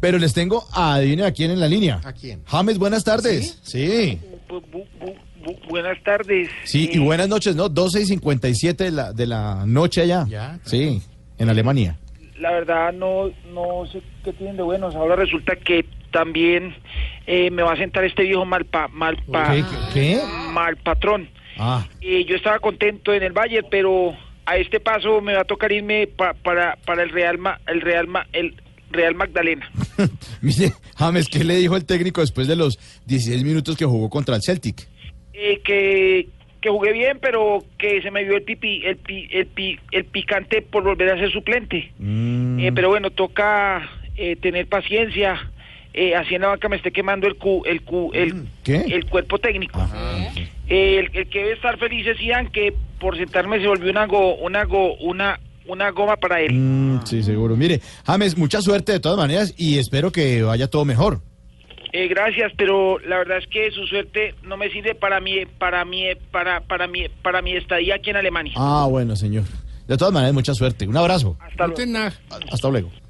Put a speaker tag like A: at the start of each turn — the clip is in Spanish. A: Pero les tengo a adivinen a quién en la línea.
B: ¿A quién?
A: James, buenas tardes. Sí.
C: Bu- Pues, bu- bu- bu- buenas tardes.
A: Sí, y
C: Eh,
A: buenas noches, ¿no? 12 y 57 de la, de la noche allá.
B: Ya, claro.
A: Sí, en Alemania.
C: La verdad no, no sé qué tienen de buenos. Ahora resulta que también eh, me va a sentar este viejo mal, pa- mal,
B: Ah.
C: pa-
A: ¿Qué? ¿Qué?
C: mal patrón.
A: Ah,
C: Eh, yo estaba contento en el Bayern, pero a este paso me va a tocar irme pa- para, para el Real Ma- el Real Ma- el Real Magdalena.
A: mire, James, ¿qué le dijo el técnico después de los 16 minutos que jugó contra el Celtic?
C: Eh, que, que jugué bien, pero que se me vio el pipi, el pi- el pi- el picante por volver a ser suplente.
A: Mm,
C: Eh, pero bueno, toca eh, tener paciencia. Eh, así en la banca me esté quemando el cu, el cu, el,
A: Mm, ¿Qué?
C: el cuerpo técnico.
A: Ajá.
C: Eh, el, el que debe estar feliz es Ian, que por sentarme se volvió una go, una go, una, una goma para él.
A: Mm, sí, seguro. Mire, James, mucha suerte de todas maneras y espero que vaya todo mejor.
C: Eh, gracias, pero la verdad es que su suerte no me sirve para mi, para mi, para, para mi, para mi estadía aquí en Alemania.
A: Ah, bueno, señor. De todas maneras, mucha suerte. Un abrazo.
C: Hasta luego.
B: Guten Tag.
A: Hasta luego.